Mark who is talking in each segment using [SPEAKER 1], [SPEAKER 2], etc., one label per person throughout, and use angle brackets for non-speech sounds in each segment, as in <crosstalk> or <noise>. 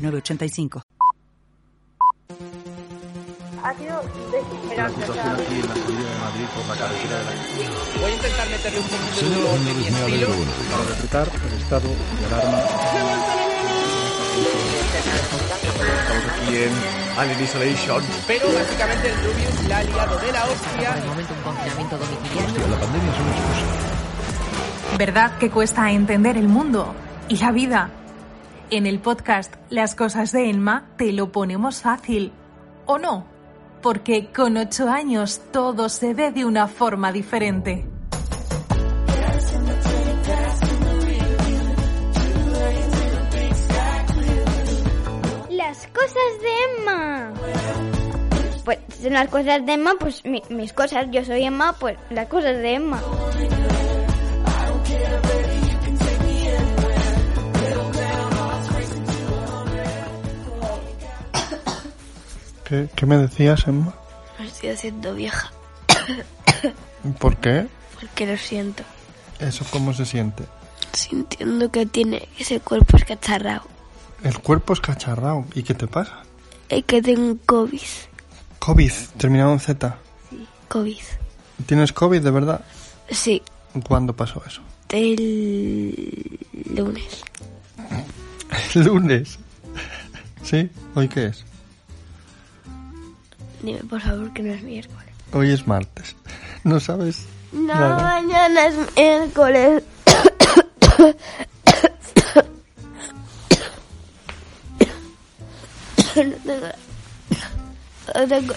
[SPEAKER 1] Ha sido desesperante. o sea,
[SPEAKER 2] aquí en la subida de Madrid por la carretera de la
[SPEAKER 3] Voy a intentar meterle un poquito de
[SPEAKER 2] Señor
[SPEAKER 3] humor de mi
[SPEAKER 2] Núñez Mea
[SPEAKER 3] estilo.
[SPEAKER 2] Belgrano, para decretar el estado de alarma. Estamos aquí en Alien Isolation.
[SPEAKER 3] Pero básicamente el Rubius la ha liado de la
[SPEAKER 4] Por el
[SPEAKER 3] hostia.
[SPEAKER 4] momento un confinamiento domiciliario.
[SPEAKER 2] La pandemia es una excusa.
[SPEAKER 5] ¿Verdad que cuesta entender el mundo y la vida? En el podcast Las cosas de Elma te lo ponemos fácil, ¿o no? Porque con ocho años todo se ve de una forma diferente.
[SPEAKER 1] Las cosas de Emma. Pues en las cosas de Emma, pues mi- mis cosas, yo soy Emma, pues las cosas de Emma.
[SPEAKER 6] ¿Qué, qué me decías, Emma?
[SPEAKER 7] Me estoy haciendo vieja,
[SPEAKER 6] ¿Por qué?
[SPEAKER 7] porque lo siento.
[SPEAKER 6] ¿Eso cómo se siente?
[SPEAKER 7] Sintiendo que tiene ese cuerpo escacharrado.
[SPEAKER 6] El cuerpo es cacharrao. ¿Y qué te pasa?
[SPEAKER 7] Es que tengo COVID.
[SPEAKER 6] COVID, terminado en Z.
[SPEAKER 7] COVID.
[SPEAKER 6] ¿Tienes COVID de verdad?
[SPEAKER 7] Sí,
[SPEAKER 6] ¿Cuándo pasó eso? <laughs>
[SPEAKER 7] el lunes.
[SPEAKER 6] El lunes. ¿Sí? ¿Hoy qué es?
[SPEAKER 7] Dime por favor que no es miércoles.
[SPEAKER 6] Hoy es martes. ¿No sabes?
[SPEAKER 7] No,
[SPEAKER 6] Nada.
[SPEAKER 7] mañana es miércoles. no tengo... No tengo...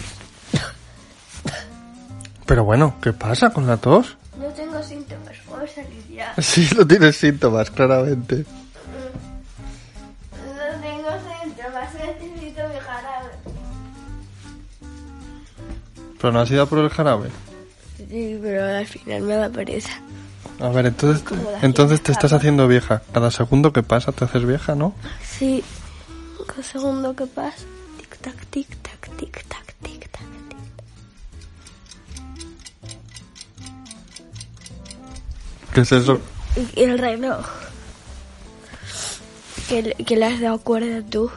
[SPEAKER 6] Pero bueno, ¿qué pasa con la tos?
[SPEAKER 7] No tengo síntomas, puedo salir ya.
[SPEAKER 6] <laughs> Sí, no tienes síntomas, claramente.
[SPEAKER 7] No tengo síntomas, necesito mi jarabe.
[SPEAKER 6] Pero no has ido a por el jarabe.
[SPEAKER 7] Sí, pero al final me da pereza.
[SPEAKER 6] A ver, entonces, entonces te estás haciendo vieja. Cada segundo que pasa te haces vieja, ¿no?
[SPEAKER 7] Sí. Un segundo que pasa. Tic tac, tic tac, tic tac, tic tac.
[SPEAKER 6] ¿Qué es eso?
[SPEAKER 7] Y el reloj. Que, le- que le has dado cuerda tú.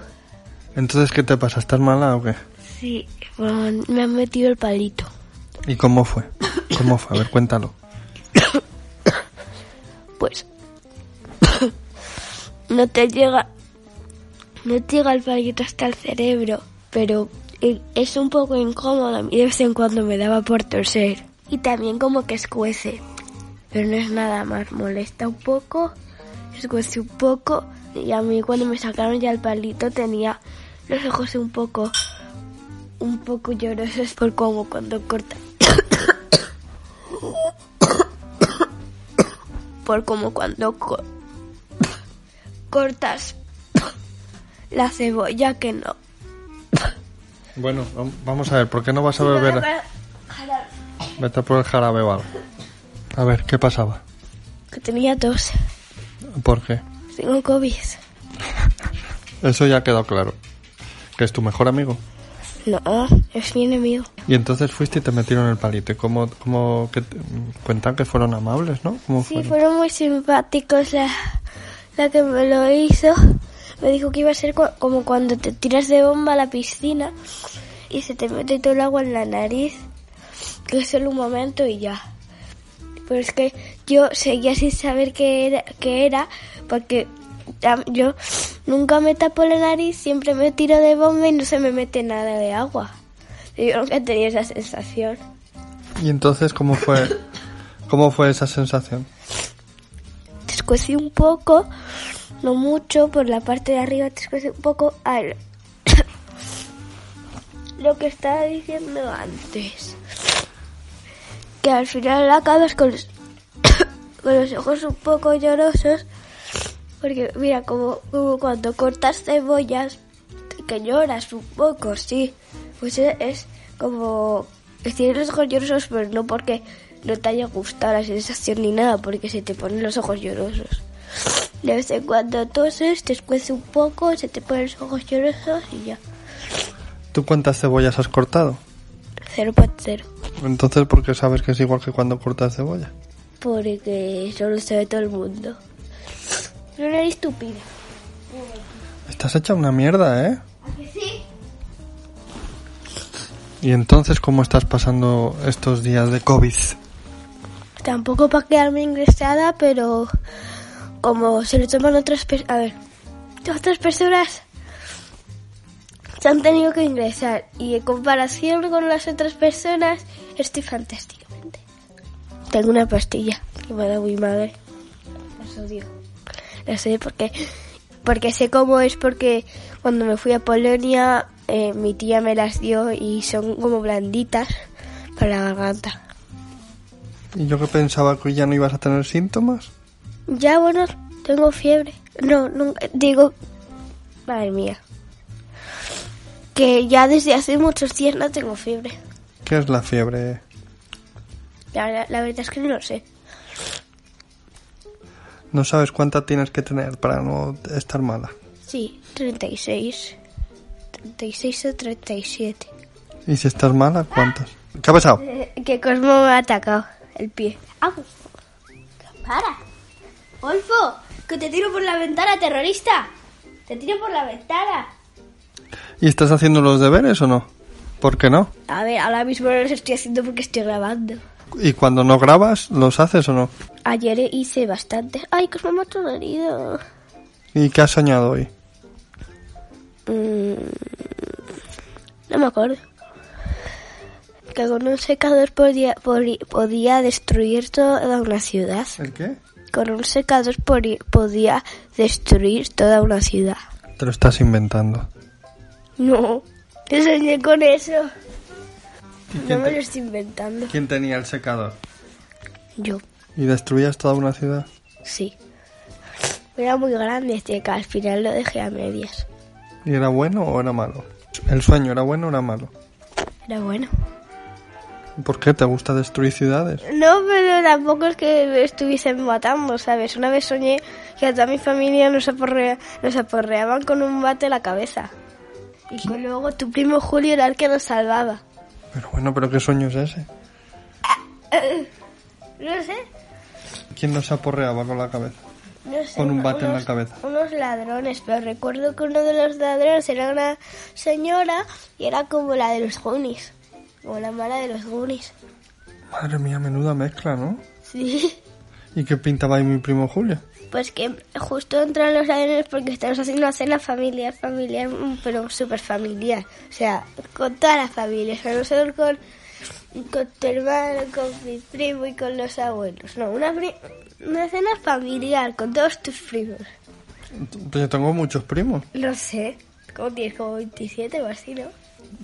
[SPEAKER 6] Entonces, ¿qué te pasa? ¿Estás mala o qué?
[SPEAKER 7] Sí, bueno, me han metido el palito.
[SPEAKER 6] ¿Y cómo fue? ¿Cómo fue? A ver, cuéntalo.
[SPEAKER 7] Pues. <laughs> no te llega. No te llega el palito hasta el cerebro. Pero e- es un poco incómodo. A mí de vez en cuando me daba por toser. Y también como que escuece. Pero no es nada más. Molesta un poco. Escuece un poco. Y a mí cuando me sacaron ya el palito tenía los ojos un poco. Un poco llorosos por como cuando cortan. por como cuando co- cortas la cebolla que no.
[SPEAKER 6] Bueno, vam- vamos a ver, ¿por qué no vas a beber? Vete a por el jarabe o algo. A ver, ¿qué pasaba?
[SPEAKER 7] Que tenía tos.
[SPEAKER 6] ¿Por qué?
[SPEAKER 7] Tengo COVID.
[SPEAKER 6] Eso ya quedó claro. Que es tu mejor amigo.
[SPEAKER 7] No, es mi enemigo.
[SPEAKER 6] Y entonces fuiste y te metieron el palito. ¿Y cómo, cómo que te- cuentan que fueron amables, no? ¿Cómo
[SPEAKER 7] Sí,
[SPEAKER 6] fueron?
[SPEAKER 7] fueron muy simpáticos. La, la que me lo hizo me dijo que iba a ser cu- como cuando te tiras de bomba a la piscina y se te mete todo el agua en la nariz. Que es solo un momento y ya. Pero es que yo seguía sin saber qué era, qué era porque ya- yo nunca me tapo la nariz, siempre me tiro de bomba y no se me mete nada de agua. Y Yo nunca he tenido esa sensación.
[SPEAKER 6] Y entonces, ¿cómo fue, cómo fue esa sensación?
[SPEAKER 7] te escuecí un poco, no mucho, por la parte de arriba te escuecí un poco al... <coughs> lo que estaba diciendo antes. Que al final acabas con los, <coughs> con los ojos un poco llorosos, porque mira, como, como cuando cortas cebollas, que lloras un poco, sí. Pues es, es como... Tienes los ojos llorosos, pero no porque no te haya gustado la sensación ni nada, porque se te ponen los ojos llorosos. De vez en cuando toses, te escuece un poco, se te ponen los ojos llorosos y ya.
[SPEAKER 6] ¿Tú cuántas cebollas has cortado?
[SPEAKER 7] 0.0.
[SPEAKER 6] Entonces, ¿por qué sabes que es igual que cuando cortas cebolla?
[SPEAKER 7] Porque eso lo sabe todo el mundo. No eres estúpida.
[SPEAKER 6] Estás hecha una mierda, ¿eh?
[SPEAKER 1] Sí.
[SPEAKER 6] Y entonces, ¿cómo estás pasando estos días de COVID?
[SPEAKER 7] Tampoco para quedarme ingresada, pero como se lo toman otras personas... A ver, otras personas se han tenido que ingresar y en comparación con las otras personas estoy fantásticamente. Tengo una pastilla que me da muy madre. Las odio. Las odio porque, porque sé cómo es porque cuando me fui a Polonia eh, mi tía me las dio y son como blanditas para la garganta.
[SPEAKER 6] Y yo que pensaba que ya no ibas a tener síntomas.
[SPEAKER 7] Ya, bueno, tengo fiebre. No, nunca, digo, madre mía. Que ya desde hace muchos días no tengo fiebre.
[SPEAKER 6] ¿Qué es la fiebre?
[SPEAKER 7] La, la- la verdad es que no lo sé.
[SPEAKER 6] No sabes cuánta tienes que tener para no estar mala.
[SPEAKER 7] Sí, 36. 36 o 37.
[SPEAKER 6] ¿Y si estás mala, cuántas? ¿Qué ha pasado?
[SPEAKER 7] Eh, Que Cosmo me ha atacado el pie.
[SPEAKER 1] ¡Au! ¡Para! ¡Olfo! ¡Que te tiro por la ventana, terrorista! ¡Te tiro por la ventana!
[SPEAKER 6] ¿Y estás haciendo los deberes o no? ¿Por qué no?
[SPEAKER 7] A ver, ahora mismo no los estoy haciendo porque estoy grabando.
[SPEAKER 6] ¿Y cuando no grabas, los haces o no?
[SPEAKER 7] Ayer hice bastante. Ay, Cosmo me ha atolorido.
[SPEAKER 6] ¿Y qué has soñado hoy?
[SPEAKER 7] Mm, no me acuerdo. Que con un secador podía, podi- podía destruir toda una ciudad.
[SPEAKER 6] ¿El qué?
[SPEAKER 7] Con un secador podi- podía destruir toda una ciudad.
[SPEAKER 6] Te lo estás inventando.
[SPEAKER 7] No, te soñé con eso. No me lo estoy inventando.
[SPEAKER 6] ¿Quién tenía el secador?
[SPEAKER 7] Yo,
[SPEAKER 6] ¿Y destruías toda una ciudad?
[SPEAKER 7] sí. Era muy grande este que al final lo dejé a medias.
[SPEAKER 6] ¿Y era bueno o era malo? ¿El sueño era bueno o era malo?
[SPEAKER 7] Era bueno.
[SPEAKER 6] ¿Por qué te gusta destruir ciudades?
[SPEAKER 7] No, pero tampoco es que me estuviesen matando, ¿sabes? Una vez soñé que a toda mi familia nos, aporrea- nos aporreaban con un bate la cabeza. Y que luego tu primo Julio era el que nos salvaba.
[SPEAKER 6] Pero bueno, pero ¿qué sueño es ese?
[SPEAKER 7] No sé,
[SPEAKER 6] ¿Quién nos aporreaba con la cabeza?
[SPEAKER 7] no sé.
[SPEAKER 6] Con un bate en la
[SPEAKER 7] unos-
[SPEAKER 6] cabeza.
[SPEAKER 7] Unos ladrones, pero recuerdo que uno de los ladrones era una señora y era como la de los Goonies. Como la mala de los Goonies. <laughs>
[SPEAKER 6] Madre mía, menuda mezcla, ¿no?
[SPEAKER 7] Sí.
[SPEAKER 6] ¿Y qué pintaba ahí mi primo Julio?
[SPEAKER 7] Pues que justo entran los ladrones porque estamos haciendo una cena familiar, familiar, mm, pero súper familiar. O sea, con toda la familia, o sea, no solo con, con tu hermano, con mi primo y con los abuelos. No, una, pri- una cena familiar con todos tus primos.
[SPEAKER 6] Pues yo tengo muchos primos.
[SPEAKER 7] No sé, como tienes como 27 o así, ¿no?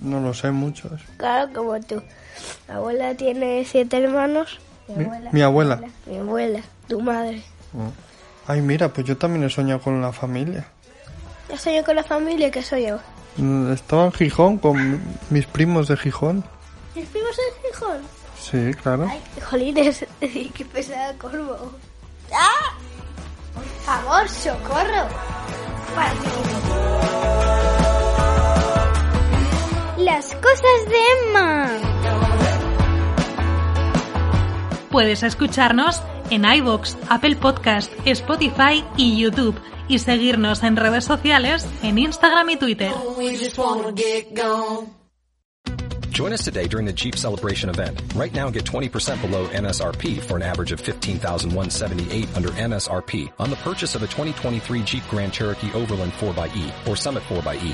[SPEAKER 6] No lo sé, muchos.
[SPEAKER 7] Claro, como tú. Mi abuela tiene siete hermanos.
[SPEAKER 6] Mi- mi abuela.
[SPEAKER 7] Mi abuela, tu madre.
[SPEAKER 6] Mm. Ay, mira, pues yo también he soñado con la familia.
[SPEAKER 7] ¿Qué soy yo con la familia? ¿Qué soy yo?
[SPEAKER 6] Mm, Estaba en Gijón con mi- mis primos de Gijón.
[SPEAKER 7] ¿Mis primos son hijos?
[SPEAKER 6] Sí, claro.
[SPEAKER 7] Ay, <laughs> jolines, qué pesada corvo. ¡Ah! Por favor, socorro.
[SPEAKER 1] ¡Las cosas de Emma!
[SPEAKER 5] Puedes escucharnos en iVoox, Apple Podcast, Spotify y YouTube y seguirnos en redes sociales en Instagram y Twitter.
[SPEAKER 4] Join us today during the Jeep Celebration event. Right now, get 20% below MSRP for an average of 15178 under MSRP on the purchase of a 2023 Jeep Grand Cherokee Overland 4xE or Summit 4xE.